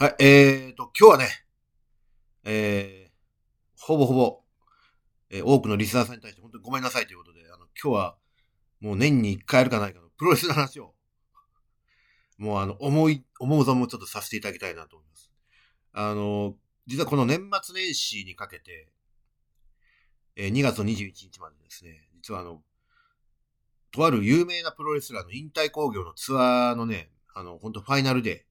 はい、えーと、今日はね、えー、ほぼほぼ、えー多くのリスナーさんに対して本当にごめんなさいということで、あの、今日は、もう年に一回あるかないかのプロレスの話を、もうあの、思い、思う存分ちょっとさせていただきたいなと思います。あの、実はこの年末年始にかけて、えー2月の21日までですね、実はあの、とある有名なプロレスラーの引退興行のツアーのね、あの、本当ファイナルで、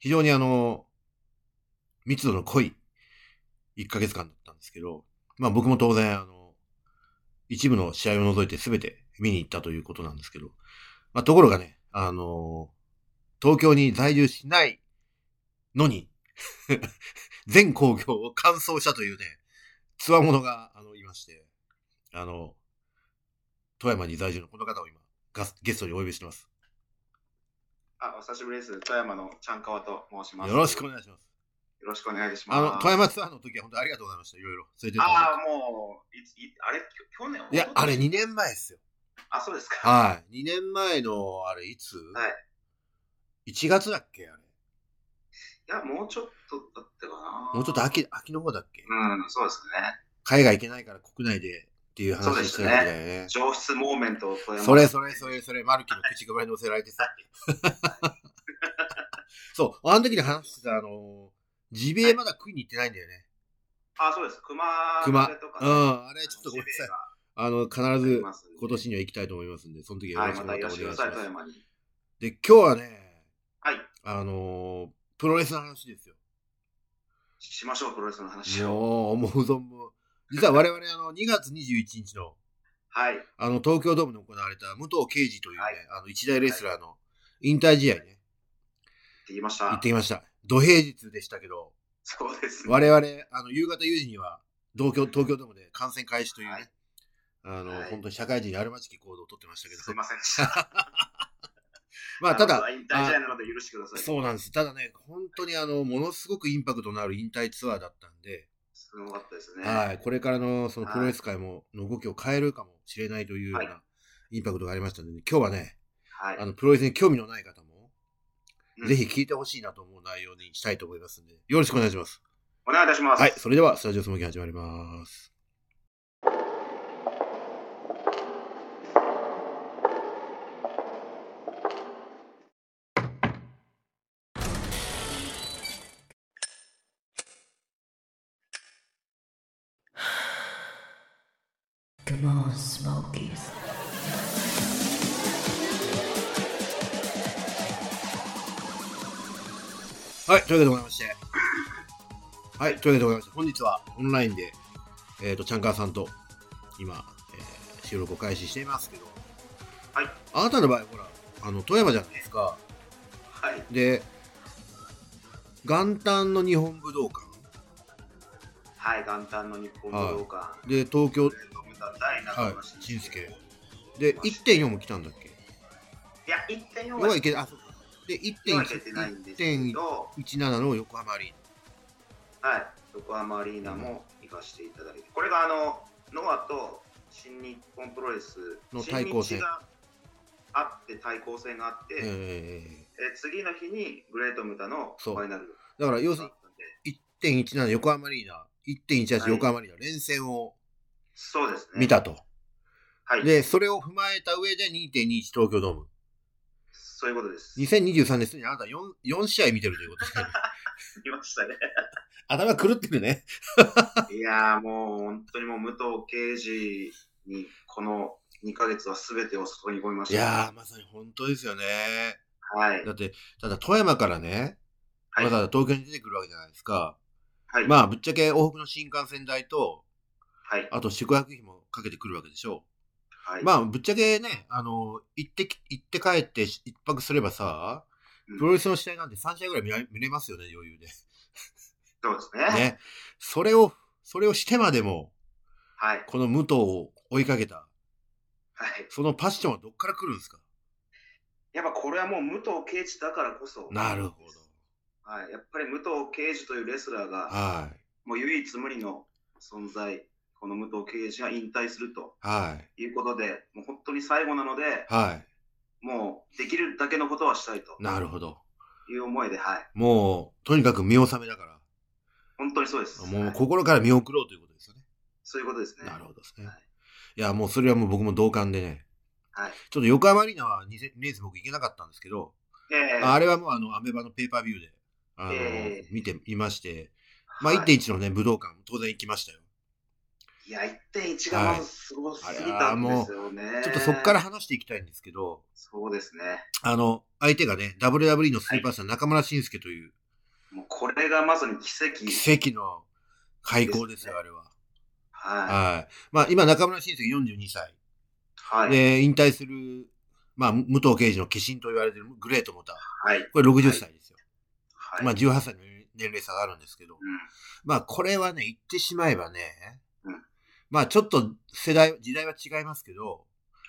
非常にあの、密度の濃い1ヶ月間だったんですけど、まあ僕も当然あの、一部の試合を除いて全て見に行ったということなんですけど、まあところがね、あの、東京に在住しないのに、 全興行を完走したというね、つわものが、あの、いまして、あの、富山に在住のこの方を今、ガスゲストにお呼びしてます。あ、お久しぶりです。富山のちゃんかわと申します。よろしくおよ願いします。ろしくお願いします。あの、富山ツアーの時は本当にありがとうございました。いろいろ。連れてってもらってああ、もう、いつ、いあれ、きょ去年いや、あれ2。年前ですよ。あ、そうですか。はい。2年前の、あれいつ。はい1月だっけあれ。いや、もうちょっとだったかな。もうちょっと。秋、秋の方だっけうん、そうですね。海外行けないから国内でっていうそう話でしすてねたんだよね。上質モーメントを富山それそれそれそれ、マルキの口ぐらに乗せられて さ。そう、あの時に話してた、あの、ジビエまだ食いに行ってないんだよね。あ、そうです。熊熊。手とかうね、ん、あれちょっとごめんなさい。あの、必ず今今年には行きたいと思いますんで、その時ははよい、ろしまくたいらしてください、富す。山に。で、今日はね、はい、あの、プロレスの話ですよ。しましょう、プロレスの話を。もう思う存分。実は我々、あの、2月21日の、はい、あの、東京ドームで行われた武藤敬司というね、はいあの、一大レスラーの引退試合ね、できまし行たっ。てきました。土平日でしたけど、そうですね。我々、あの、夕方4時には、東京、東京ドームで観戦開始というね、はいあの、はい本当に社会人にあるまじき行動をとってましたけど、すいませんでした。まあ、 ただ、引退試合なので許してください。そうなんです。ただね、本当にあの、ものすごくインパクトのある引退ツアーだったんで、すごかったですね。はい、これからのそのはいプロレス界もの動きを変えるかもしれないというようはなインパクトがありましたので、今日はね、はい。あのプロレスに興味のない方も、うんぜひ聞いてほしいなと思う内容にしたいと思いますので、よろしくお願いします。お願いいたします。はい、それではスタジオスモーキー始まります。 Come on, Smokies. はい、というわけでございまして、はい、というわけでございまして、本日はオンラインで、えっ、と、チャンカーさんと今、えー収録を開始していますけど、はいあなたの場合、ほら、あの富山じゃないですか。はい。で元旦の日本武道館はい。元旦の日本武道館。で東京第7はのい新紳助で1.4も来たんだっけいや、1.4ははいけあそうかで1.4はいけてないんですけ1.17ど、の横浜アリーはい。横浜アリーナも行かせていただいて、これがあの、ノアと新日本プロレスの対抗戦新日があって、対抗戦があって、ナ、ええ次の日にグレートムタのフそうァイナルー、だから要すだるったんで、に1.17横浜アリーナ1.18はい横浜アリーナ、連戦をそうですね。見。たと、はい。でそれを踏まえた上で2.21東京ドームそういうことです。 2023年すでにあなた 4, 4試合見てるということですね 見ましたね。頭狂ってるねいやーもう本当にもう武藤敬司にこの2ヶ月は全てを注ぎ込みましいたね、やーまさに本当ですよねはいだってただ富山からねはいわざわざ東京に出てくるわけじゃないですか。はい、まあ、ぶっちゃけ往復の新幹線代と、はいあと宿泊費もかけてくるわけでしょはう。いまあ、ぶっちゃけね、あの、行ってき、行って帰ってし一泊すればさ、うんプロレスの試合なんて3試合ぐらい見ら見れますよね、余 裕で。そうですねね。それを、それをしてまでも、はいこの武藤を追いかけた、はいそのパッションはどっから来るんですかやっぱこれはもう武藤敬司だからこそなるほど。はい、やっぱり武藤敬司というレスラーがはい。もう唯一無二の存在この武藤敬司が引退するとはい。いうことでもう本当に最後なのではもうできるだけのことはしたいとい。なるほど。いう思いで、はい。もう、とにかく見納めだか本当にそうです。ら、もはうい心から見送ろうということですよね。そういうことですね。なるほどですね。はいい、や、もうそれはもう僕も同感でね、はい。ちょっと横浜アリーナは2レース僕行けなかったんですけど、ええあれはもうあの、アメバのペーパービューで、あの、ええ見ていまして、まあはい1.1のね、武道館も当然行きましたよ。いや、1.1がまずすごすぎたんですよね。ちょっとそこから。話していきたいんですけど、そうですね。あの、相手がね、WWE のスーパースター中村慎介という、もうこれがまさに奇跡。奇跡の開口ですよ、あれは。ははい。まあ、今、中村慎介42歳。い。はい。で、引退する、まあ、武藤敬司の化身と言われてるグレートモタはい。これ60歳ですよ。はい。まあ、18歳の年齢差があるんですけど、うんまあ、これはね、言ってしまえばね、うんまあ、ちょっと世代、時代は違いますけど、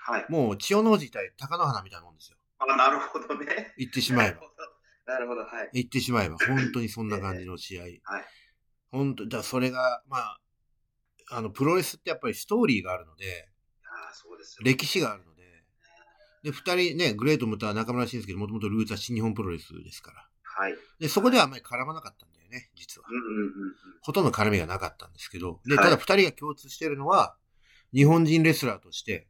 はい。もう、千代の字対貴乃花みたいなもんですよ。あ、なるほどね。言ってしまえば。なるほど。なるほど。はい。言ってしまえば、本当にそんな感じの試合。はい本当、だからそれが、まあ、あの、プロレスってやっぱりストーリーがあるので、あーそうですよ。歴史があるので、で、二人ね、グレートムタ中村慎介、もともとルーツは新日本プロレスですから。はい。うんで、そこではあんまり絡まなかったんだよね、実は。うんうんうん。ほとんど絡みがなかったんですけど、で、はいただ二人が共通してるのは、日本人レスラーとして、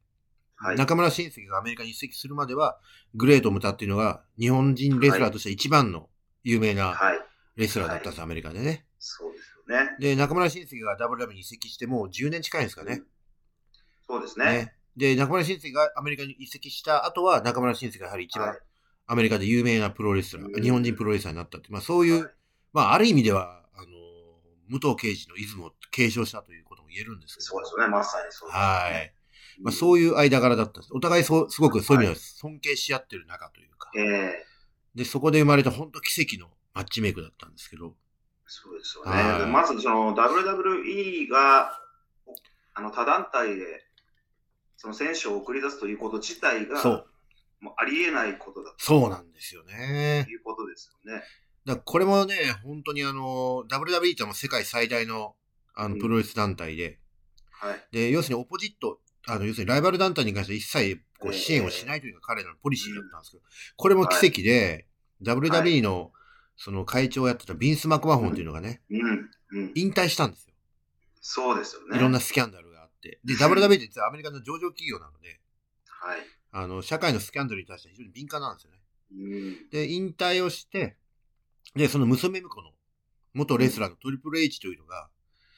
はい。中村晋介がアメリカに移籍するまでは、グレート・ムタっていうのが、日本人レスラーとして一番の有名なはい。レスラーだったんです、アメリカでね。そうですよね。で、中村晋介が WW に移籍してもう10年近いんですかね。そうですね。で、中村晋介がアメリカに移籍した後は、中村晋介がやはり一は番いアメリカで有名なプロレスラー、うん日本人プロレスラーになったって、まあそういう、はいまあある意味では、あの、武藤刑事のイズムを継承したということも言えるんですけど。そうですよね。まさにそうですね。はい。まあ、うそういう間柄だったんです。お互いそうすごくそういう意味では尊敬し合ってる仲というか。ん。ええで、そこで生まれた本当奇跡のマッチメイクだったんですけど。そうですよはね。いまずその WWE があの他団体でその選手を送り出すということ自体がそう。もうありえないことだそうなんですよとね。いうことですよね。だからこれもね、本当にあの、WWE ってもう世界最大のあうのんプロレス団体で、はい。で、要するにオポジット、あの、要するにライバル団体に関しては一切こうええ支援をしないというのが彼らのポリシーだったんですけど、これも奇跡で、WWE のその会長をやってたビンス・マクマホンというのがね、うん。うん。引退したんですよ。そうですよね。いろんなスキャンダルがあって。で、WWE って実はアメリカの上場企業なので、はい。あの、社会のスキャンダルに対して非常に敏感なんですよね。うん。で、引退をして、で、その娘婿の元レスラーのトリプル H というのが、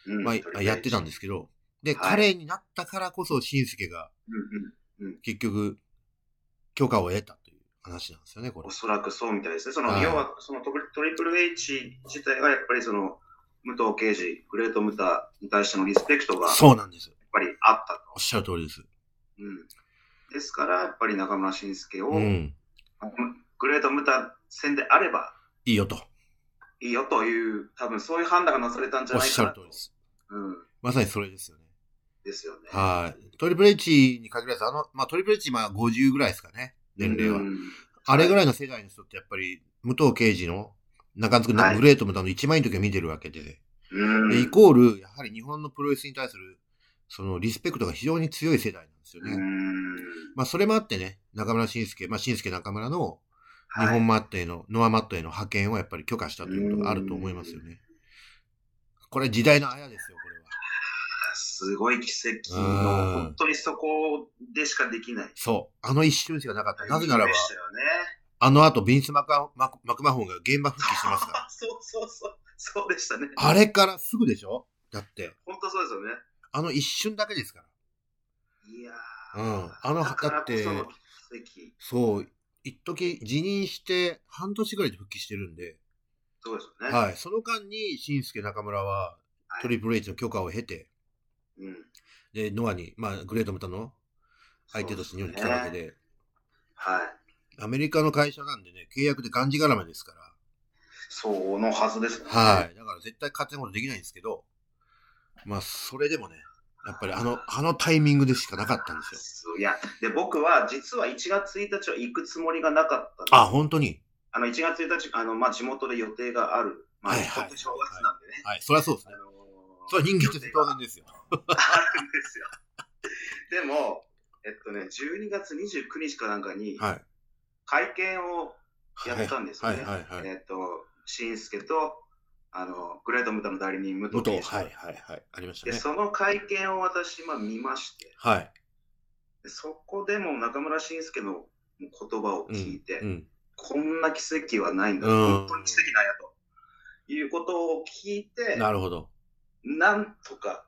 うんまとりああ、えずやってたんですけど、で、はい彼になったからこそ、新助がうんうん結局、許可を得たという話なんですよね、これお。そらくそうみたいですね。その、はい要はそのトリトリプル H 自体がやっぱりその武藤敬司、グレート・ムタに対してのリスペクトがやっそうなんです。ぱりあったと。おっしゃる通りです。うん、ですから、やっぱり中村慎介を、うん。グレート・ムタ戦であればいいよと。いいよという、多分そういう判断がなされたんじゃおっないしかゃなる通と。りです。うん、まさにそれですよね。ですよね。はい。トリプル H に限らず、あの、まあ、トリプル H、まあ、50ぐらいですかね、年齢は。うんあれぐらいの世代の人ってやっぱり、武藤敬司の中津くん、はいグレートムタの一枚の時を見てるわけで、うんでイコール、やはり日本のプロレスに対する、そのリスペクトが非常に強い世代なんですよね。うんまあ、それもあってね、中村慎介、まあ、慎介中村のは日い本マットへの、ノアマットへの派遣をやっぱり許可したということがあると思いますよね。これ時代のあやですよ、これは。すごい奇跡うの、ん本当にそこでしかできない。そう。あの一瞬しかなかった。なぜならばで、したよね。あの後、ビンスマクマク・マクマホンが現場復帰してますから。あそうそうそう、そうでしたね。あれからすぐでしょだって、本当そうですよね。あの一瞬だけですから。いやうんあのだからこそのだっ奇そう、一時辞任して半年ぐらいで復帰してるんで、跡、そうですよね。はい、その間に新助中村ははいトリプル H の許可を経て、うん、でノアに、まあ、グレートムタの相手として日本に来たわけそうすね。で、はい。アメリカの会社なんでね、契約でがんじがらめですから、そうのはずですね。はい、だから絶対勝手なことできないんですけど、まあ、それでもね、やっぱりあのあのタイミングでしかなかったんですよ。そういや、で、僕は実は1月1日は行くつもりがなかったんですあ、本当にあの1月1日、あの、まあ、地元で予定がある。まあ、はいはい本当に正月なんでね。はい、そりゃそうですね。あのーそれは人間と予して定当が然ですよ。あるんですよ。でも、えっとね、12月29日かなんかにはい。会見をやったんですよはね。いはいはいえっ、と、新助と、あの、グレートムタの代理人、武武藤藤、敬司はいはいはい。ありましたで、ね。その会見を私、まあ、見まして、はい。でそこでも中村信介の言葉を聞いて、うん。こんな奇跡はないんだ、うん本当に奇跡なんやということを聞いて、なるほど。なんとか、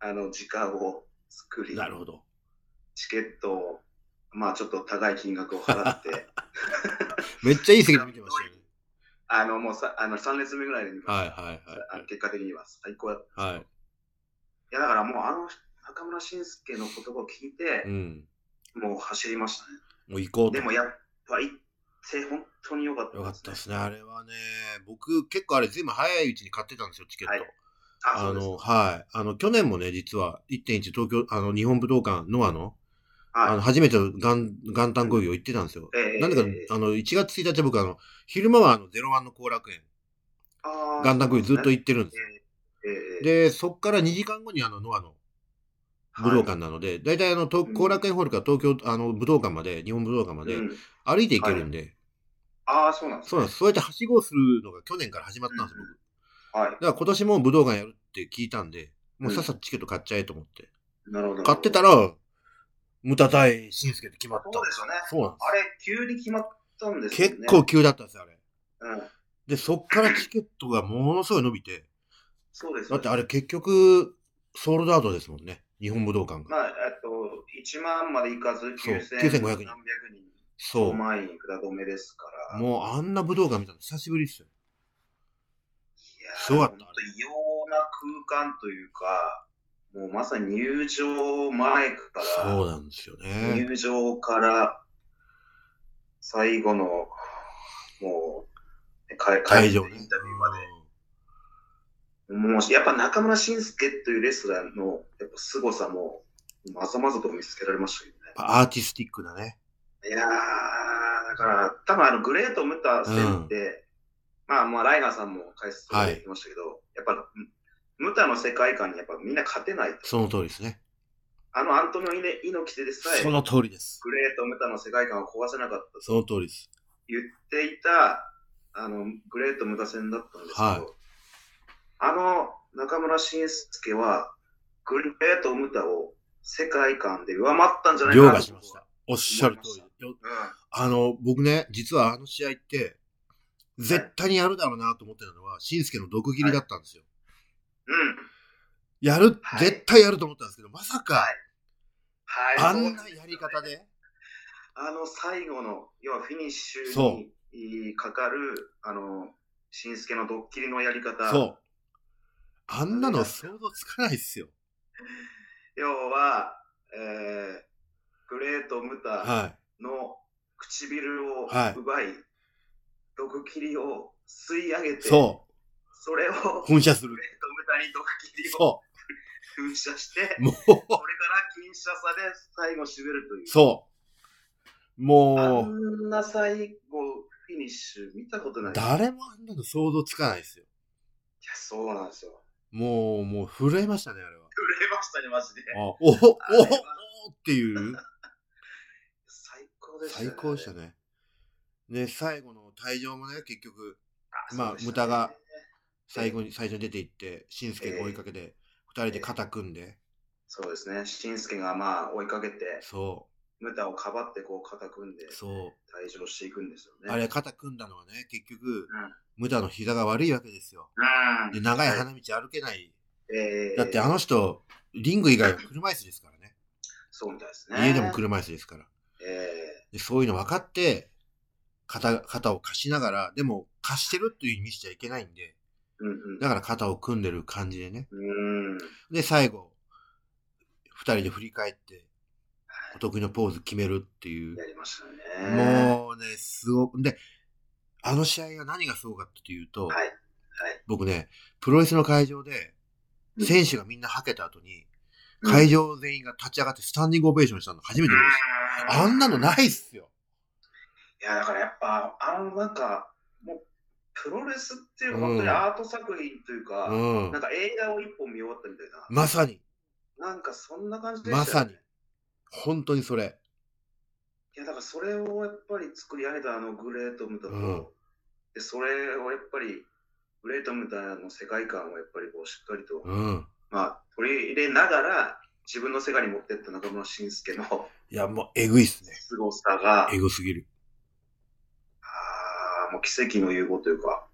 あの、時間を作り、なるほど。チケットを、まあ、ちょっと高い金額を払って、 めっちゃいい席見てましたよね。あの、もうさあの3列目ぐらいで見まはしいはいた。あの結果的には最高だった。はい。はい。いや、だからもう、あの、中村信介の言葉を聞いてう、ん。もう走りましたね。もう行こうとで。もやっぱ行って本当に良かったよかったでですすね。あれはね、僕結構あれ全部早いうちに買ってたんですよ、チケット。はいあ、そあうですの、はい。あの、去年もね、実は1.1東京、あの、日本武道館、ノアの、あはの、い。初めての元元旦工業行ってたんですよ。ええなんでか、あの、1月1日僕あの、昼間はあの、ゼロワンの後楽園、あー元旦工業ずっと行ってるんですよ。ええええで、そっから2時間後にあの、ノアの武道館なので、大体あの、東後楽園ホールから東京、あの、武道館まで、日本武道館まはいでうん歩いて行けるんで、ああ、そうなんですそうなんです。そうやってはしごをするのが去年から始まったんですよ、うん僕。はいだから今年も武道館やるって聞いたんで、もうさっさとチケット買っちゃえと思って。。なるほど。買ってたら、ら、ムタ対シンスケで決まった。そうですよね。そうなんであれ、急に決まったんですすよね。結構、急だったんですよ、あれ。うん。で、そっからチケットがものすごい伸びて、そうです。だってあれ、結局、ソールドアウトですもんね。日本武道館が。まあ、えっと、1万までいかず、そう9500 9500人人。そ5万円札止めですかう。ら。もうあんな武道館見たの久しぶりっすよ。いやーすごかった本当異様な空間というか、もうまさに入場前から、そうなんですよね。入場から最後の、もう、会会場ね。インタビューまで。もう、やっぱ中村慎介というレスラーの、やっぱ凄さも、まざまざと見つけられましたよやっぱアーティスティックだね。ね。いやー、だから、多分あの、グレート・ムタ戦って、まあまあ、ライガーさんも解説されてましたけど、やっぱ、ムタの世界観にやっぱみんな勝てないと。その通りですね。あの、アントニオ猪木でさえ、その通りです。グレート・ムタの世界観を壊せなかったその通りです。言っていた、あの、グレート無駄戦だったんですけど、はいあの、中村慎介は、グレート無駄を世界観で上回ったんじゃないか凌な駕しました。おっしゃる通り。よあの、僕ね、実はあの試合って、絶対にやるだろうなと思ってたのは、しんすけの毒斬りだったんですよ。うん。うん。やる、はい絶対やると思ったんですけど、まさか、はいはい。あんなそうやり方で、あの、最後の、要はフィニッシュそにいいかかる、あの、慎介のドッキリのやり方。そう。あんなの想像つかないっすよ。要は、えー、グレート無駄、はの唇をはい奪い、毒切りを吸い上げい。て、そそれをグレートう。噴射する。無駄に毒切りをそ噴射して、う。もう、それから禁射され、最後締めるという。そう。あもう、んな最後、フィニッシュ見たことない。いや、誰もあんなの想像つかないっすよ。そうなんですよ。もう、もう震えましたね、あれは。震えましたね、マジで。あおおおおあれはって いう。最高でした、ね。最高でしたね。で、最後の退場もね、結局、あ。まあそうでしたね無駄が。最後に、最初に出て行って、しんすけが追いかけて、二、人で肩組んで、そうですね。しんすけがまあ追いかけて、そ無駄をかばってこう肩組んでう、そ退場していくんですよう。ね。あれ、肩組んだのはね、結局、うん無駄の膝が悪いわけですよ。うんで、長い花道歩けない。えーだって、あの人、リング以外は車椅子ですからね。そうみたいですね。家でも車椅子ですから。えでそういうの分かって、肩、肩を貸しながら、でも、貸してるっていう意味見せちゃいけないんで、ーうんだから肩を組んでる感じでね。うん。うん。で、最後、二人で振り返って、お得意のポーズ決めるっていう。やりましたね。もうね、すごく、で、あの試合が何がすごかったというと、はい僕ね、プロレスの会場で、うん選手がみんなはけた後に、うん会場全員が立ち上がってスタンディングオベーションしたの初めて見ました。あんなのいないっすよ。や、だからやっぱ、あの、なんか、もう、プロレスっていううん本当にアート作品といううか、んなん。か映画を一本見終わったみたいな。まさに、なんかそんな感じでしたまよねさに。。本当にそれ。や、だからそれをやっぱり作り上げたあのグレート・ムタと、うんで、それをやっぱり、グレート・ムタの世界観をやっぱりこうしっかりと、うん。まあ、取り入れながら、自分の世界に持ってった中村慎介のいや、もう、えぐいっすね。凄さが、えぐすぎる。あーもう奇跡の融合というか。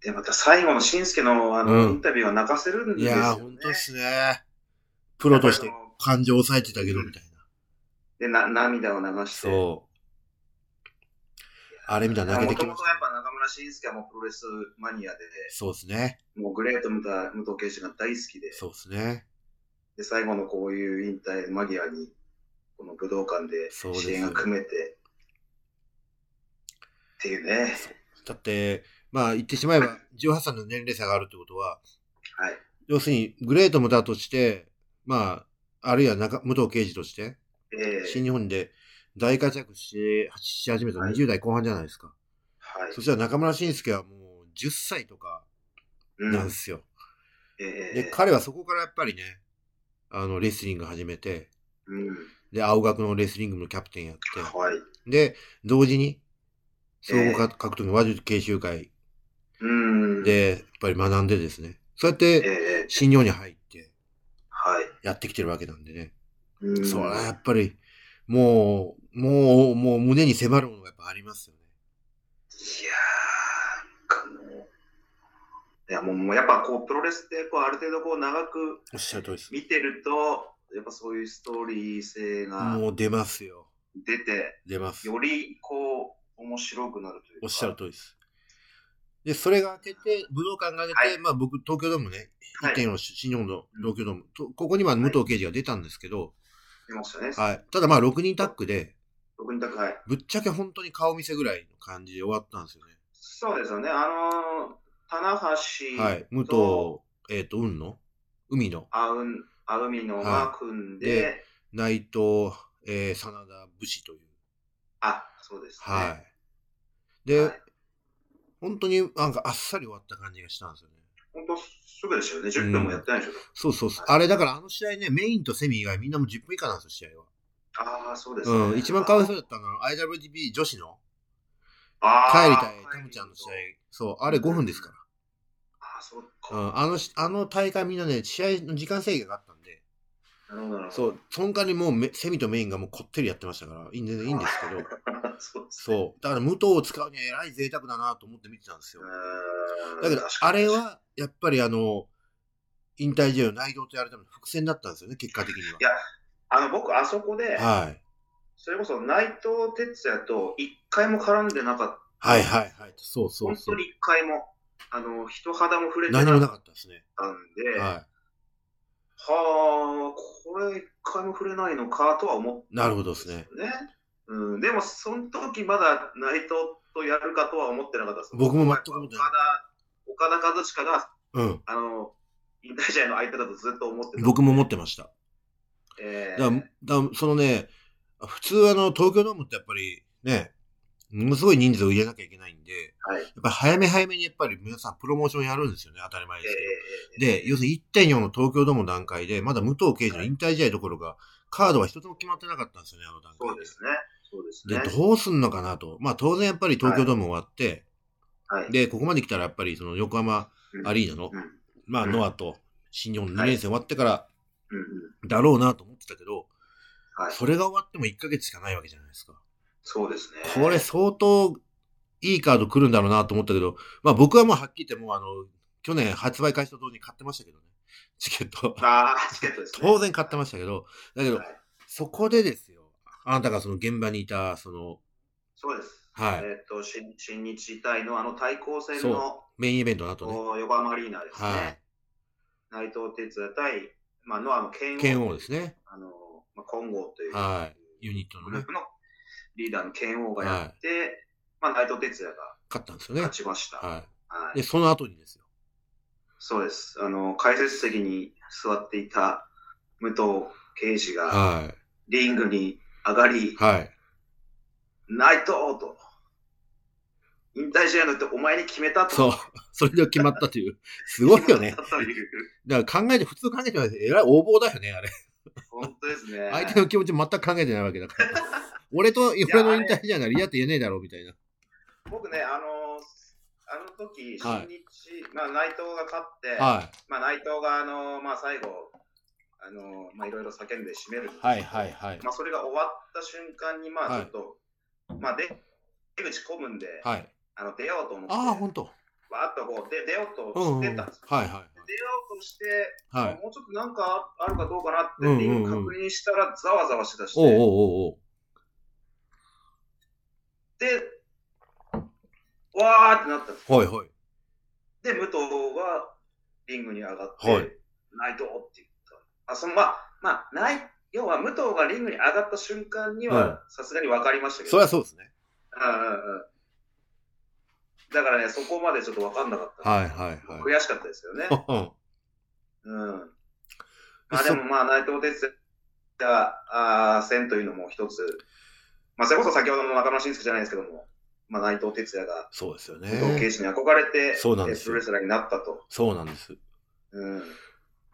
で、また最後のしんすけのあの、うんインタビューは泣かせるんいですよ、ね。やー、ほんとっすね。プロとしてやっぱりその感情抑えてたけど、みたいな。でな、涙を流して。そう。あれみたいなも泣けてときもまし。とやったぱ中村慎介はもうプロレスマニアで、そうですね。もうグレート武藤武藤圭司が大好きで、そうですね。で最後のこういう引退間際に、この武道館でそうです試合が組めて、っていうね、だって、まあ言ってしまえば、18歳の年齢差があるってことは、はい、要するに、グレートムタとして、まあ、あるいは中武藤刑事として、え新ー日本で大活躍しし始めたはい20代後半じゃないですか。はい、そしたら中村慎介はもう10歳とかうんなんですよ。えで、ー彼はそこからやっぱりね、あの、レスリング始めて、うん、で、青学のレスリング部のキャプテンやって、はい、で、同時に、総合ええ格格闘技の話術研修会うん、で、やっぱり学んでですね、そうやっえてー新日本に入ってはい。やってきてるわけなんでね。うんそれはやっぱり、もう、もう、もう胸に迫るものがやっぱありますよね。いやーなんかもう、いやもうもうやっぱこうプロレスってこうある程度こう長くおっしゃる通りです。見てると、やっぱそういうストーリー性がもう出ますよ。出て、出ます。よりこう面白くなるというか。おっしゃる通りです。で、それが明けて、武道館が明けて、はいまあ僕、東京ドームね、はい1点を新日本の東京ドーム、とここにまあ武藤刑事が出たんですけど、出ましたね。はい。ただまあ6人タッグで、特に高い。ぶっちゃけ本当に顔見せぐらいの感じで終わったんですよね。そうですよね。あのー、棚橋と、はい。武藤、えっ、と、雲野海野あうん、あうみのが組んで、はい内藤、えー、真田武士という。あ、そうですね。はい。で、はい本当になんかあっさり終わった感じがしたんですよね。本当すぐでしたよね。10分もやってないでしょ。そうそうそう。はあいれ、だからあの試合ね、メインとセミ以外みんなもう10分以下なんですよ、試合は。ああ、そうですね。うん、一番かわいそうだったのは IWGP 女子のあー帰りたいタムちゃんの試合。そう、あれ5分ですかああ、そうら。うん、か。あのし、あの大会みんなね、試合の時間制限があったんで、なるほど、なるほど。そう、その間にもうめセミとメインがもうこってりやってましたから、いいんでいいんですけど、そうですね。そう、だから武藤を使うには偉い贅沢だなと思って見てたんですよ。うーんだけど、あれ、は、やっぱりあの、引退試合の内藤とやるための伏線だったんですよね、結果的にいやあの、僕、あそこで、は。はい。それこそ内藤哲也と一回も絡んでなかった。はいはいはい。そうそうそう本当。に一回も、あの、人肌も触れてな何もなかかっったですね。たんで、ははあ、これ一回も触れないのかとは思ってい。なるほどですね。ね。うん、でも、その時まだ内藤とやるかとは思ってなかったです。僕も全く思ってなか岡田、岡田和親が、うん。あの、引退試合の相手だとずっと思ってた。僕も思ってました。えーだからだそのね、普通あの、東京ドームってやっぱりね、ものすごい人数を入れなきゃいけないんで、はいやっぱり早め早めにやっぱり皆さんプロモーションやるんですよね、当たり前ですけえど。で、要するに1.4の東京ドームの段階で、まだ武藤刑事の引退試合どころか、カードは一つも決まってなかったんですよね、あの段そう階ですね。そうですで。ね。で、どうすんのかなと。まあ当然やっぱり東京ドーム終わって、はい。で、ここまで来たらやっぱりその横浜アリーナの、うんうんまあノアと新日本の2連戦終わってからうんうん。だろうなと思ってたけど、はい。それが終わっても1ヶ月しかないわけじゃないですか。そうですね。これ相当いいカード来るんだろうなと思ったけど、まあ僕はもうはっきり言ってもうあの、去年発売開始と同時に買ってましたけどね。チケット。ああ、チケットです、ね。当然買ってまししたけど、だけどはい、そこでですよ。あなたがその現場にいた、そのそうです。はいえーっ、と、新新日隊のあの対抗戦そのメインイベントの後ね。お横浜アリーナですね。は内藤哲也対、まあ、ノアのい。剣剣王ですね。あの、まあ、金剛という、はい。ユニットのグルーね、プのリーダーの剣王がやって、まあ、内藤哲也が勝ったんですよね。勝ちました。ははいい。で、その後にですよ。そうです。あの、解説席に座っていた武藤刑事が、はリングに上がりい。、はい。ナイトと、引退試合のってお前に決めたと。そう。それで決まったという。すごいよね 決。まったというだから考えて、普通考えてもらえば偉い横暴だよね、あれ。本当ですね。 相手の気持ち全く考えてないわけだ から。俺と、俺の引退じゃなりやって言えねえだろ、みたいな。僕ね、あのあの時、新日、はいまあ、内藤が勝って、はい。まあ、内藤が、あのまあ、最後、あのまあ、いろいろ叫んで締める。はい、はい、はい。まあ、それが終わった瞬間に、まはあ、いちょっと、まあ、出出口混むんで、はい。あの出ようと思って、ああ、ほんと。わーっとこうで出よううとん、しうん。はてい、たんはですよい。出ようとして、はい。もうちょっとなんかあるかどうかなってリング確認したら、ざわざわしてたして、おうおうおうおう。で、わーってなったんです。はい、はい。で、武藤がリングに上がって、はい内藤って言った。あ、その、まあ、まあ、ない、要は武藤がリングに上がった瞬間にうんは、さすがに分かりましたけそど、りゃそうですね。うんうんうんだからね、そこまでちょっと分かんなかった。はい、はい、はい。悔しかったです よね。うん。まあそでもまあ、内藤哲也があー戦というのも一つ、まあ、それこそ先ほどの中村慎介じゃないですけども、まあ、内藤哲也がそうですよ武藤ね圭。司に憧れて、そうなんですプロレスラーになったと。そうなんです。うん。い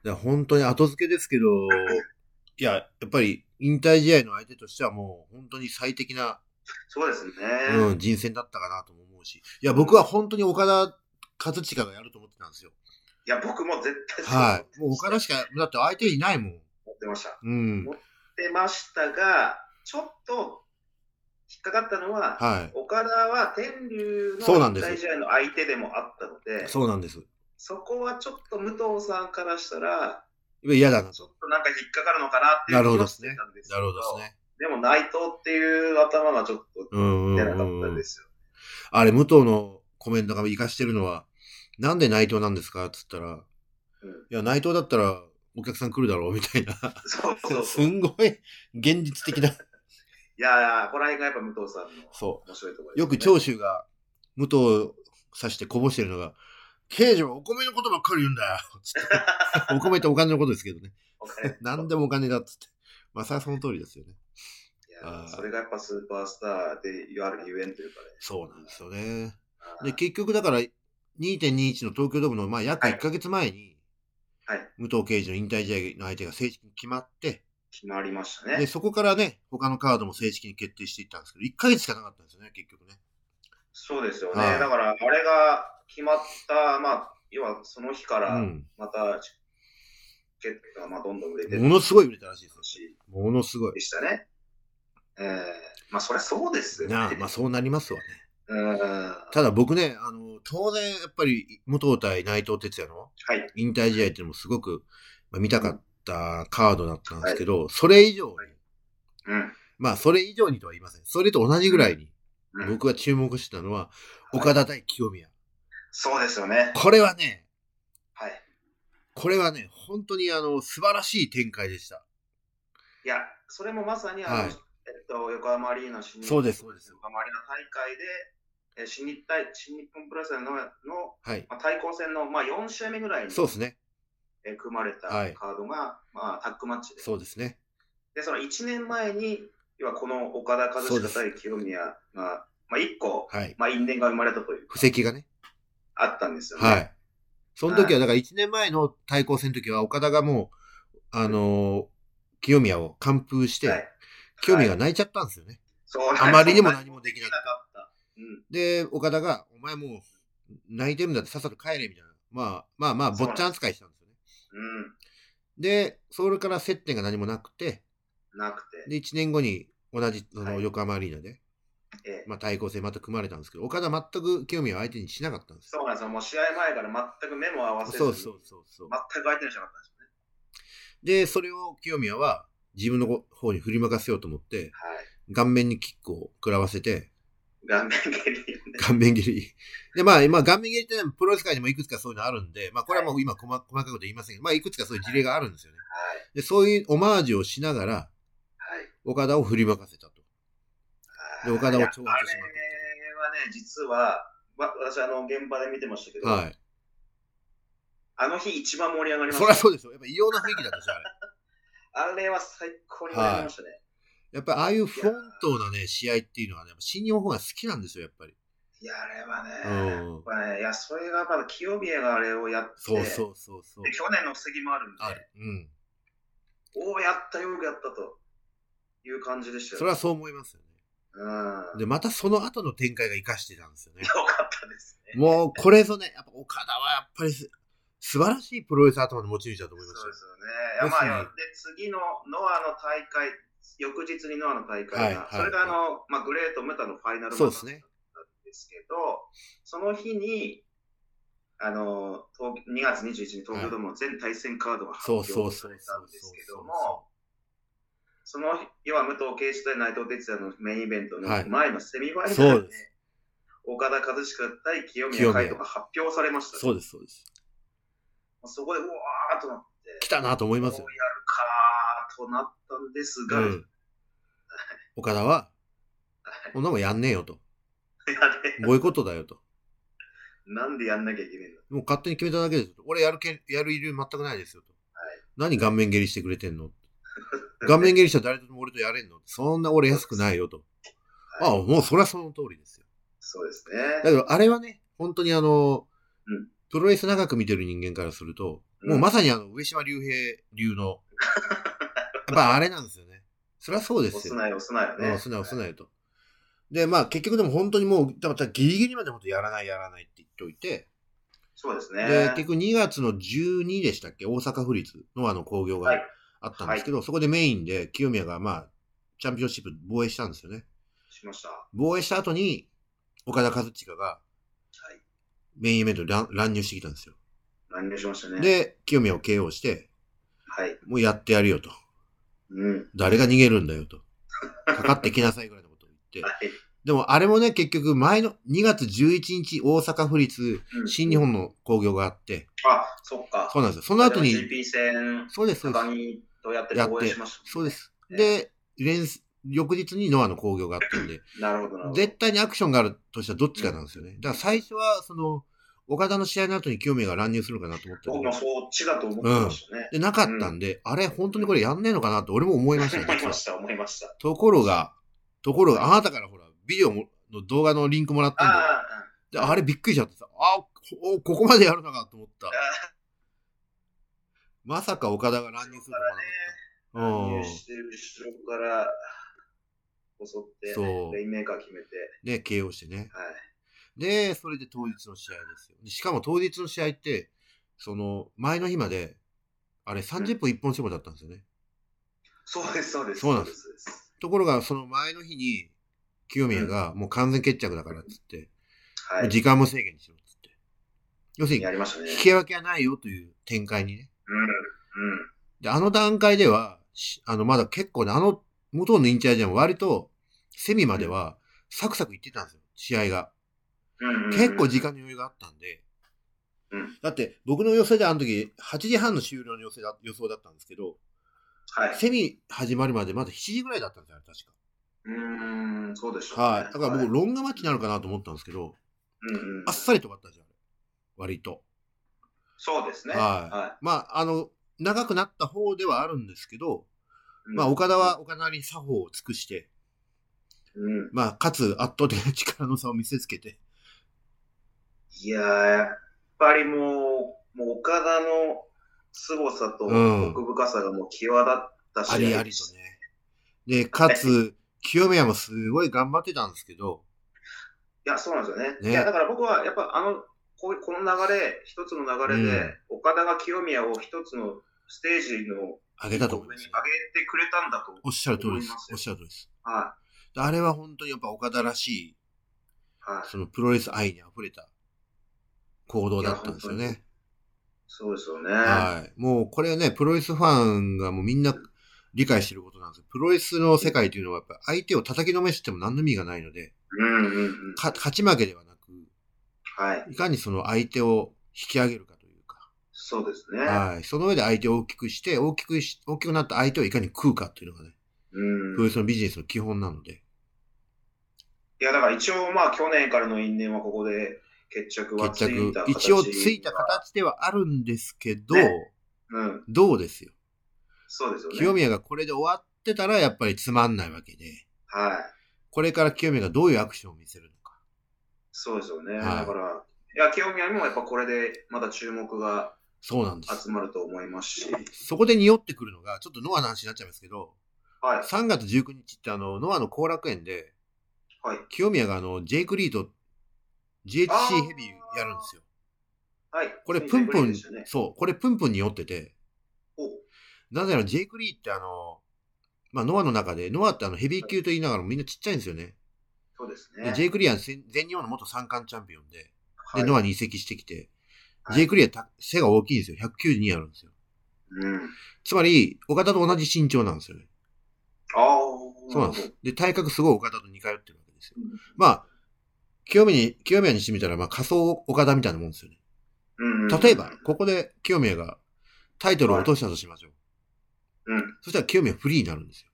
や、本当に後付けですけど、いや、やっぱり引退試合の相手としてはもう本当に最適な、そうですね。うん、人選だったかなとも思うし、いや、僕は本当に岡田和親がやると思ってたんですよ。いや、僕も絶対そう思はい。もう岡田しか、だって相手いないもん。ってました。うん。出ましたが、ちょっと引っかかったのは、は岡田は天竜そうなのんです大試合の相手でもあったので、い。そそうなんです。こはちょっと武藤さんからしたら、嫌だなちと。ょっとなんか引っかかるのかなっていなるほう気どがでしすてねたんですけなど、るほどですね。でも内藤っていう頭がちょっとうんうん出なかうっんたうんで。すよ。あれ、武藤のコメントが活かしてるのは、なんで内藤なんですかっつったら、うんいや、内藤だったらお客さん来るだろうみたいな。そうそうすそう。いんごい現実的な。やー、これがやっぱ武藤さんのそ面白いところう。よく長長州が武藤を刺してこぼしてるのが、刑事はお米のことばっかり言うんだよつ って。お米ってお金のことですけどね。何でもお金だっつって。まあ、それはその通りですよね。いやあーーそれがやっぱスーパースターで言われるゆえんというかね。そうなんですよね。あーで、結局だから、2.21の東京ドームの、まあ、約1ヶ月前に、はい武藤刑事の引退試合の相手が正式に決まって、決まりましたで、ね。そこからね、他のカードも正式に決定していったんですけど、1ヶ月しかなかったんですよね、結局ね。そうですよね。はいだから、あれが決まった、まあ、要はその日かうら、ん。また、チケットがまあどんどん売れてものすごい売れたらしいですよし、ものすごい。でしたね。えー、まあ、そりゃそうですよね。なあ、まあそうなりますわね。うん。はただ僕ね、あの、当然やっぱり武藤対内藤哲也のい。引退試合っていうのもすごく、まあ、見たかったカードだったんですけど、それ以上に、うん。まあそれ以上にとは言いません。それと同じぐらいにうん僕が注目してたのは、はい岡田対清宮。そうですよね。これはね、はい。これはね、本当にあの、素晴らしい展開でした。いや、それもまさにあの、はいえっと、横浜アリーナ新日そうですそうです横浜アリーナ大会で、えー新日対新日本プロレスのの、はい。まあ、対抗戦の、まあ、4試合目ぐらいにそうですね。えー組まれたはいカードが、まあ、タッグマッチでそうですね。で、その1年前に、要はこの岡田和そうで親す対清宮が、まあ、1個、はい。まあ、因縁が生まれたという布石がね。あったんですよね。はい。その時は、だから1年前の対抗戦の時は、岡田がもう、あのー清宮を完封して、はい清宮が泣いちゃったんですよね。 そうあまりにも何もできななかかっった。うん、で、岡田が、お前もう、泣いてるんだってさっさと帰れ、みたいな。まあまあまあ、そ坊うなんですちゃん扱いしたんですよね。で、それから接点が何もなくて、うん、なくて。で、1年後に同じ、そはの、い横浜アリーナで、えーまあ対抗戦また組まれたんですけど、岡田全く清宮を相手にしなかったんですよ。そうなんですよ。もう試合前から全く目も合わせずそに、うそうそうそう。全く相手にしなかったんですよね。で、それを清宮は自分の方に振りまかせようと思って、はい。顔面にキックを食らわせて、顔面蹴りね。顔面蹴り。で、まあ、まあ、顔面蹴りってねプロレス界にもいくつかそういうのあるんで、まあ、これはもう今細細かいこと言いませんけど、まあ、いくつかそういう事例があるんですよね。はで、そういうオマージュをしながら、い。岡岡田を振りまかせたと。で岡田を挑発してしまったあれはね、実は、わ私、あの、現場で見てましたけど、はい。あの日一番盛り上がりまそりゃした。そうでしょ。やっぱ異様な雰囲気だったし、あれ。あれは最高に盛り上がりましたね。やっぱああいうフロントなね、試合っていうのはね、新日本が好きなんですよ、やっぱり。い、や、あれはね、やっうん。ぱね、いや、それがまだ清宮があれをやって、そうそうそうそうで。去年の布石もあるんで、ある。うん。おお、やった、よくやったという感じでしたよそれはそう思いますようんね。で、またその後の展開が活かしてたんですよね。よかったですね。もう、これぞね、やっぱ岡田はやっぱりす素晴らしいプロレス頭の持ち主だと思いましそたうよですよね。いやまあですねで次のノアの大会、翌日にノアの大会が、はいはいそれがあの、まあ、グレート・ムタのファイナルマッチそうですねだったんですけど、その日に、あの東2月21日に東京ドームの全対戦カードが発そう表そうさそうれそたうんですけそどうも、その要は武藤敬司対内藤哲也のメインイベントのはい前のセミファイナそうでルで、岡田和親対清清宮宮海斗が発表されましたね。そうですそうですそこで、うわーっとなって、来たなと思いまどうやするよ、かーとなったんですうが、ん、岡田はこんなもんやんねえよといやねボイコットだよとなんでやんなきゃいけないんだもう勝手に決めただけですよと俺やるけやる理由全くないですよと、何顔面蹴りしてくれてんの顔面蹴りしたら誰とでも俺とやれんのそんな俺安くないよと、はいああもうそれはその通りですよそうですだね。けどあれはね本当にあの、うんプロレス長く見てる人間からすると、うんもうまさにあの上島竜兵流 のやっぱあれなんですよねそりゃそうですよ押すなよ、押すなよね。うん、すなよ、すなよと。で、まあ結局でも本当にもう、だからギリギリまで本当やらない、やらないって言っておいて、そうですでね、。結局2月の12でしたっけ、大阪府立のあの工業がはいあったんですけど、そこでメインで清宮がまあ、チャンピオンシップ防衛したんですよね。しました。は防衛した後に、岡田和親がい。メインイベントに乱乱入してきたんですよ。乱入しましたね。で、清宮を KO して、はい。もうやってやるよと。うん。誰が逃げるんだよと。かかってきなさいぐらいのことを言って。はい。でもあれもね、結局前の2月11日大阪府立うん新日。本の興行があって、あ、そっか。そうなんですよ。その後に、 GP 戦、そうです、そうで高す。木とやってやっ防衛てしました、、そうです。ねで、連翌日にノアの興行があったんで、なるほど、なるほど。絶対にアクションがあるとしたらどっちかなんですよね。だから最初は、その、岡田の試合の後に清宮が乱入するのかなと思った僕もけど、そっちだと思ってましたね。で、なかったんで、あれ、本当にこれやんねえのかなって俺も思いましたよ、思い実まは。した、思いました。ところが、ところが、あなたからほら、ビデオもの動画のリンクもらったんで、あで、あれびっくりしちゃってさ、あおここまでやるのかと思ったあ。あまさか岡田が乱入するとあ、思わ乱なかっ入して後ろから襲って、そうレインメーカー決めて、た。うん。で、KO してね。はい。で、それで当日の試合ですよ。でしかも当日の試合って、その、前の日まで、あれ30分一本勝負だったんですよね。そうです、そうです。。そうなんですそうですところが、その前の日に、清宮がもう完全決着だからっつって、はもうい。時間も制限にしろっつって。要するにや、りましたね。引き分けはないよという展開にね。うん。うん。で、あの段階では、しあの、まだ結構ね、あの、元の忍者じゃん、割と、セミまでは、サクサクいってたんですよ、試合が。うんうん結構時間の余裕があったんで、うんだって僕の予想であの時8時半の終了の予想だ予想だったんですけど、はい。セミ始まるまでまだ7時ぐらいだったんですよ、あれ確うーん、そうでしょう、か。ね。はい。だからはい僕、ロングマッチになるかなと思ったんですけど、うんうんあっ、さり止まったじゃん、割と。そうですね。はいはまあ、あの、長くなった方ではあるんですけど、い。まあ、岡田は岡田に作法を尽くして、うん、うん。まあ、かつ圧倒的な力の差を見せつけて、いやー、やっぱりもう、もう岡田の凄さとうん奥深さがもう際立ったありありとね。で、かつ、清宮もすごい頑張ってたんですけど、いや、そうなんですよね。ねいや、だから僕は、やっぱあの、こうこの流れ、一つの流れで、岡田が清宮を一つのステージの上げたと思います上。げてくれたんだと。おっしゃる通りで思いますす。よおっしゃる通りです。はであれは本当にやっぱ岡田らしい、い。はい。そのプロレス愛に溢れた行動だったんですよいやね。そうですよね。はい。もうこれはね、プロレスファンがもうみんな理解してることなんですよ。プロレスの世界というのはやっぱ相手を叩きのめしても何の意味がないので、うんうんうん。か勝ち負けではなく、はい。いかにその相手を引き上げるかというか、そうですね。はい。その上で相手を大きくして、大きくし、大きくなった相手をいかに食うかというのがね、うんプロレスのビジネスの基本なので、いや、だから一応、まあ、去年からの因縁はここで決着はつ決い着た、形一応ついた形ではあるんですけど、ねうん、どうですよ。そうですよね。清宮がこれで終わってたらやっぱりつまんないわけで、はい。これから清宮がどういうアクションを見せるのか。そうですよね。はいだから、いや、清宮にもやっぱこれでまだ注目がそうなんです。集まると思いますし、そこで匂ってくるのが、ちょっとノアの話になっちゃいますけど、はい、 3月19日ってあの、ノアの後楽園で、はい、清宮があの、ジェイク・リーと GHC ヘビーやるんですよ。はい。これ、プンプン、でしたね。そう、これ、プンプンに酔ってて、おなぜならジェイク・リーってあの、まあ、ノアの中で、ノアってあの、ヘビー級と言いながらもみんなちっちゃいんですよね。そうですでね。ジェイク・リーは全全日本の元三冠チャンピオンで、はで、い、ノアに移籍してきて、はいジェイク・リーはた背が大きいんですよ。192あるんですよ。うん。つまり、岡田と同じ身長なんですよね。ああ、そうなんです。で、体格すごい岡田と似通ってるわけですよ。うんまあ、清宮に、清宮にしてみたら、まあ仮想岡田みたいなもんですよね。うん例えば、ここで清宮がタイトルを落としたとしましょう。うん。そしたら清宮フリーになるんですよ。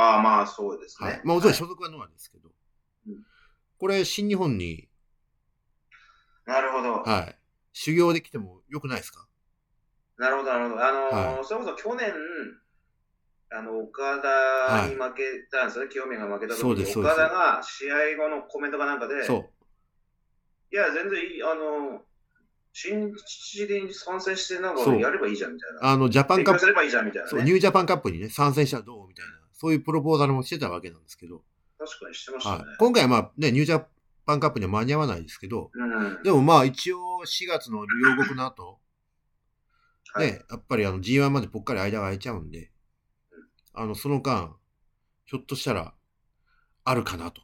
ああ、まあ、そうですはねい。。まあ、もちろん所属はノアですけどうん。これ、新日本に、なるほど。はい、修行できても良くないですかなるほど、なるほど。あのーはそれこそ去年、あの、岡田に負けたんですよね、清宮が負けた時そうですそうです岡田が試合後のコメントかなんかで、そう。いや、全然いい、あのー、新日に参戦して、なんかそうやればいいじゃんみたいな。あの、ジャパン勉カッ強プす、ればいいじゃんみたいそう、な、ニね。ュージャパンカップにね、参戦したらどうみたいな、そういうプロポーザルもしてたわけなんですけど、確かにしてましたはね。い。今回はまあ、ね、ニュージャパンカップには間に合わないですけど、うん。でもまあ一応4月の両国の後、はいね、やっぱりあの G1 までぽっかり間が空いちゃうんで、あの、その間、ひょっとしたら、あるかなと。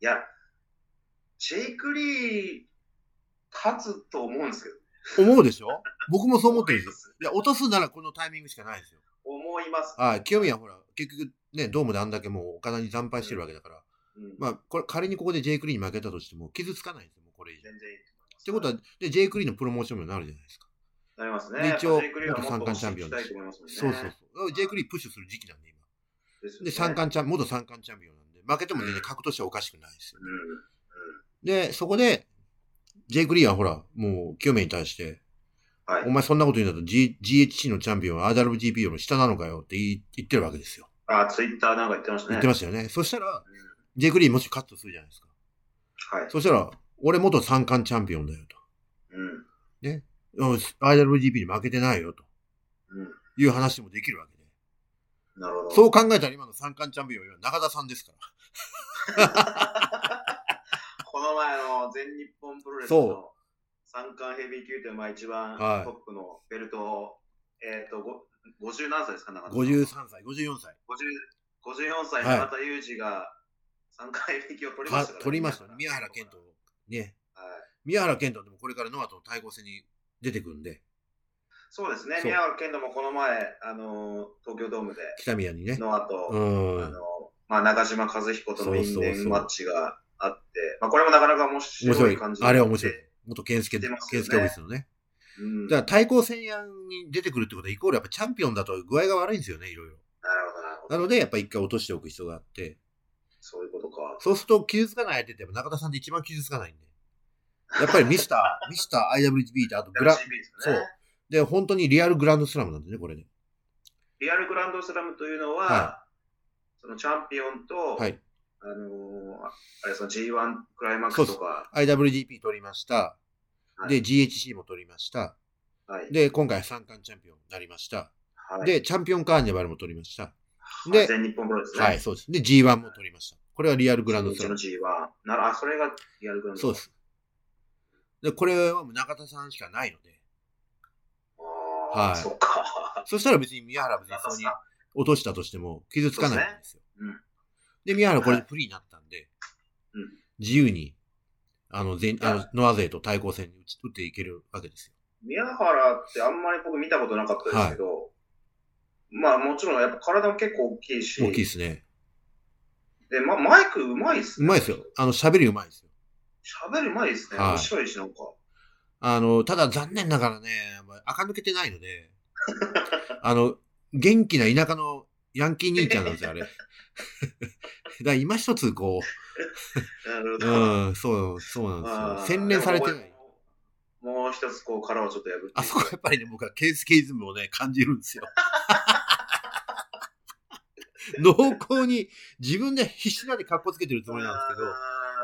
いや、ジェイク・リー、勝つと思うんですけど、思うでしょ僕もそう思ってるんですよ。いや、落とすならこのタイミングしかないですよ。思います。はい。清宮はほら、結局ね、ドームであんだけもうお金に惨敗してるわけだから、うんまあ、これ仮にここでジェイク・リーに負けたとしても、傷つかないんですよ、もうこれ以上。全然いいと思います。ってことは、で、ジェイク・リーのプロモーションにもなるじゃないですか。なりますね。でやっぱ一応ジェイクリーはもっ元と三冠チャンピオン押ですしていきたいと思いますもんね。そうそうそう。ジェイク・リープッシュする時期なんで、今。ですよねで、三冠チャン、元三冠チャンピオンなんで、負けても全然格としてはおかしくないですよ。で、そこで、ジェイク・リーはほら、もう、清宮に対して、うん。はいお。前そんなこと言うんだと、G、GHC のチャンピオンは RWGP よりも下なのかよって言い言ってるわけですよ。あ、ツイッターなんか言ってましたね。言ってまししたよね。そしたら、た。ジェイク・リーもしカットするじゃないですか。はい。そしたら、俺元三冠チャンピオンだようん。と。うん RWGP に負けてないよとういう話もできるわけで。ん。なるほど。そう考えたら今の三冠チャンピオンは中田さんですから。この前の全日本プロレスその三冠ヘビー級というまあ一番はいトップのベルトを、えっ、と、ご50何歳ですか、中田さん53歳、54歳。 50 54歳、中田裕二が三冠ヘビー級を取りまかしたからね、取りましたね。宮原健人は。ね。い。宮原健人でもこれからノアとの対抗戦に出てくるんで、そうですねそ。う宮原健人もこの前、あのー東京ドームで、北宮にね。ノアと、うあん。の、まあ、中島和彦との因そうそうそう縁マッチがあって、まあ、これもなかなか面面白白いい感。じあれは面白いで。元健介、出ます健よね介オフィスのね。うん、だなから対る抗戦やんに出てくるってことは、イコールやっぱチャンピオンだと具合が悪いんですよね、いろいろ。ほど、なるほど。なので、やっぱ一回落としておく必要があって、そういうことか。そうすると傷つかない相手ってやっぱ中田さんって一番傷つかないんで。やっぱりミスター、ミスター IWGP とあとグラ WCB、ですそねう。で、本当にリアルグランドスラムなんでね、これね。リアルグランドスラムというのは、はそのチャンピオンと、はい。あのーああれ、その G1 クライマックスとか、 IWGP 取りました。はいで、GHC も取りました。はい。で、今回三冠チャンピオンになりました。はい、で、チャンピオンカーニバルも取りました。はいで全日本プロレスね。はい、そうです。で、G1 も取りました。これはリアルグランドスラムう。ちの G1。なら、あ、それがリアルグランドそうでです。す。で、これはもう中田さんしかないので、あーはいそうか。そしたら別に宮原は別にそうに落としたとしても傷つかないんですよ。そうですねで、宮原これでフリーになったんで、うん自由に、あの、全、あの、ノア勢と対抗戦に打ち打っていけるわけですよ。宮原ってあんまり僕見たことなかったですけど、まあもちろんやっぱ体も結構大きいし、大きいですね。で、ま、マイクうまいっすうね。まいですよ。あの、喋りうまいですよ。喋るうまいっすね。はい面白いし、なんか。あの、ただ残念ながらね、垢抜けてないの で、あの、元気な田舎のヤンキー兄ちゃんなんですよ、あれ。だ から今一つこなる ほう、どうん、そう、そうなんですよ。洗練されてない。。ももう一つこう殻をちょっと破って。あそこはやっぱりね、僕はケースケイズムをね、感じるんですよ。 濃厚に自分で必死なんで格好つけてるつもりなんですけど、あ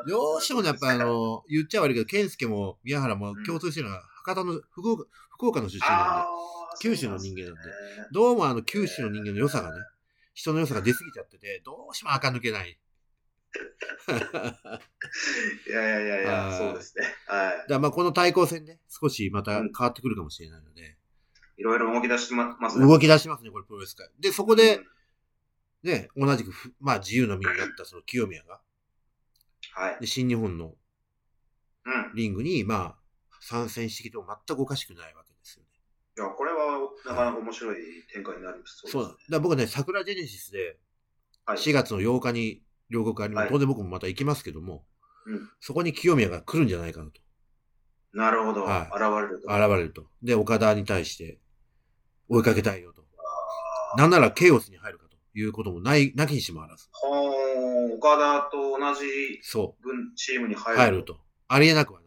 ーどうしてもね、やっぱあ、の、言っちゃ悪いけど、ケンスケも宮原も共通してるのは博多の、福岡、福岡の出身なんあで、あ、九州の人間なんでそうですねどうもあの九州の人間の良さがね、人の良さが出すぎちゃってて、どうしても垢抜けない。いやいやいやいはや、いそうですね。はだからまあこの対抗戦ね、少しまた変わってくるかもしれないので、い。いろいろ動き出しますね。動きき出しますね、これプロレス界。で、そこで、、ね、同じくふ、まあ自由の身になったその清宮が、はい。で新日本のうん。リングに、まあ、参戦してきても全くおかしくないわけですよね。いや、これはなかなか面白い展開になりそうそうだ。だから僕はね、桜ジェネシスで、はい4月の8日に両国あります。はい当然僕もまた行きますけども、うんそこに清宮が来るんじゃないかなと。なるほど。は現れると。現れると。で、岡田に対して追いかけたいよと。なんならケイオスに入るかということもない、なきにしもあらず。ほー岡田と同じそ軍チームにう。入る。入ると。ありえなくはない。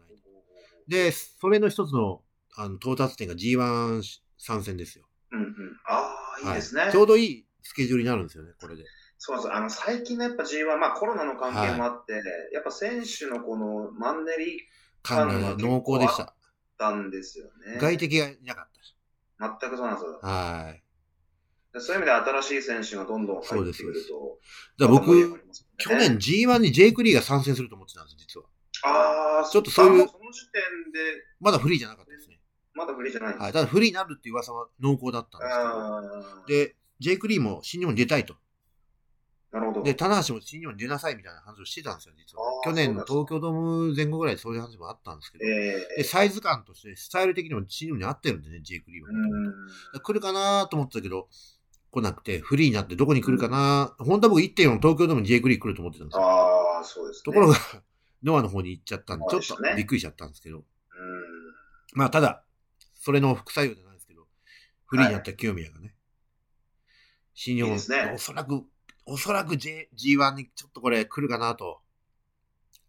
で、それの一つの、あの、到達点が G1 参戦ですよ。うんうん。ああ、いいですね。はちょうどいいスケジュールになるんですよね、これで。そうです。あの、最近のやっぱ G1、まあコロナの関係もあって、やっぱ選手のこのマンネリ感が濃厚でした。だんですよね。外敵がいなかっ全くそうなんですよた。はい。でそういう意味で新しい選手がどんどん入ってくると。だからまた盛り上が僕、りますね去年 G1 にジェイク・リーが参戦すると思ってたんです、実は。ああ、ちょっとそういうあその時点で、まだフリーじゃなかったですね。まだ無理じゃないんですはい。ただフリーになるっていう噂は濃厚だったんですけど。あーで、ジェイク・リーも新日本に出たいと。なるほど。で、棚橋も新日本に出なさいみたいな話をしてたんですよ、実はあ。ー去年の東京ドーム前後ぐらいでそういう話もあったんですけど。ええで、サイズ感として、スタイル的にも新日本に合ってるんでね、ジェイク・リーはう。ん。来るかなと思ってたけど、来なくて、フリーになってどこに来るかな、本当は僕1.4東京ドームにジェイク・リー来ると思ってたんですよ。ああ、そうですとね。ころが、ノアの方に行っちゃったんで、ちそょうっでしたとねびっくりしちゃったんですけど。うん。まあ、ただ、それの副作用じゃないですけど、フリーになった清宮がね、新日いい本、ですねおそらく、おそらく、J、G1 にちょっとこれ来るかなと、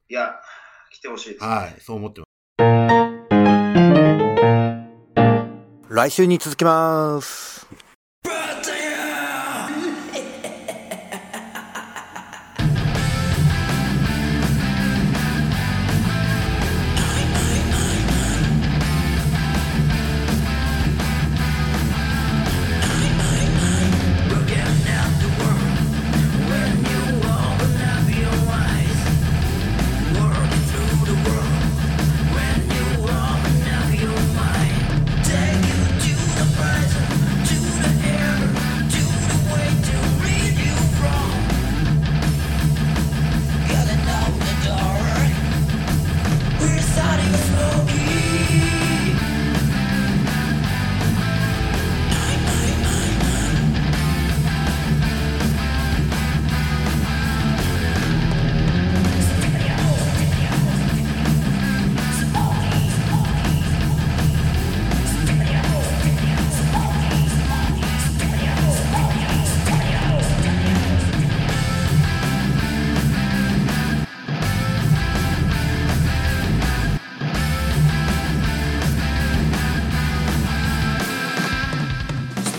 いや、来てほしいです。はい、そう思ってます。来週に続きます。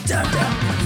Stop that!